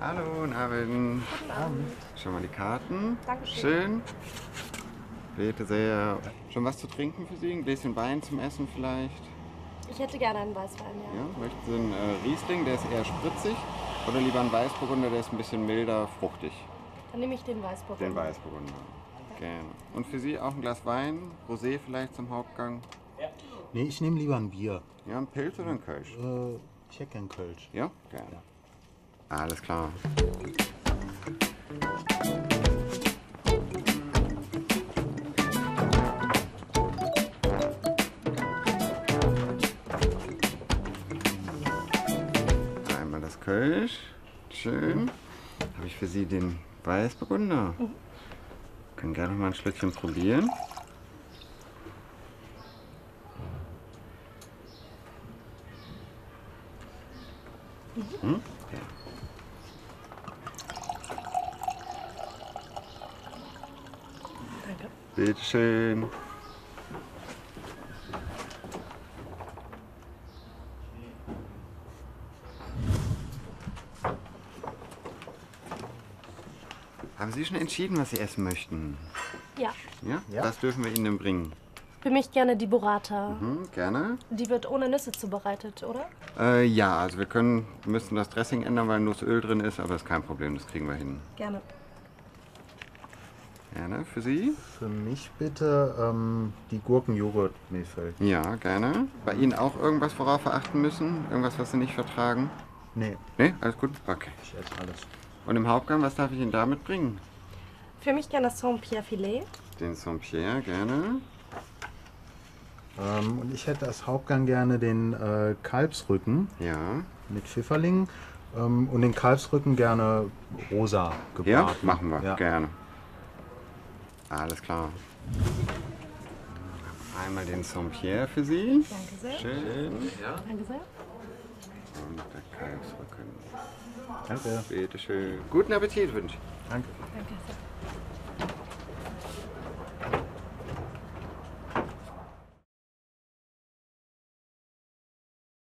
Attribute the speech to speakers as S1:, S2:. S1: Hallo, guten Abend. Schon mal die Karten. Dankeschön. Schön. Bitte sehr. Schon was zu trinken für Sie? Ein Gläschen Wein zum Essen vielleicht?
S2: Ich hätte gerne einen Weißwein, ja.
S1: Ja, möchten Sie einen äh, Riesling, der ist eher spritzig? Oder lieber einen Weißburgunder, der ist ein bisschen milder, fruchtig?
S2: Dann nehme ich den Weißburgunder.
S1: Den Weißburgunder. Gerne. Und für Sie auch ein Glas Wein? Rosé vielleicht zum Hauptgang?
S3: Nee, ich nehme lieber ein Bier.
S1: Ja, ein Pilz oder ein Kölsch?
S3: Äh, ich hätte gern Kölsch.
S1: Ja, gerne. Alles klar. Einmal das Kölsch. Schön. Habe ich für Sie den Weißburgunder. Können gerne noch mal ein Schlückchen probieren.
S2: Danke.
S1: Bitteschön. Haben Sie schon entschieden, was Sie essen möchten?
S2: Ja.
S1: Ja?
S3: Ja.
S1: Was dürfen wir Ihnen denn bringen?
S2: Für mich gerne die Burrata.
S1: Hm, gerne.
S2: Die wird ohne Nüsse zubereitet, oder?
S1: Äh, ja, also wir können, müssen das Dressing ändern, weil Nussöl drin ist, aber ist kein Problem, das kriegen wir hin.
S2: Gerne.
S1: Gerne, für Sie?
S3: Für mich bitte ähm, die Gurkenjoghurt-Milchfeld.
S1: Ja, gerne. Bei Ihnen auch irgendwas, worauf wir achten müssen? Irgendwas, was Sie nicht vertragen?
S3: Nee,
S1: Ne, alles gut? Okay.
S3: ich esse alles.
S1: Und im Hauptgang, was darf ich Ihnen da mitbringen?
S2: Für mich gerne das Saint-Pierre-Filet.
S1: Den Saint-Pierre, gerne.
S3: Ähm, und ich hätte als Hauptgang gerne den äh, Kalbsrücken
S1: Ja.
S3: mit Pfifferlingen ähm, und den Kalbsrücken gerne rosa gebraten.
S1: Ja, machen wir,
S3: Ja.
S1: gerne. Alles klar. Einmal den Saint-Pierre für Sie.
S2: Danke sehr.
S1: Schön.
S2: Danke sehr.
S1: Und der Kalbsrücken.
S3: Danke.
S1: Bitte schön. Guten Appetit wünsche ich.
S3: Danke.
S2: Danke sehr.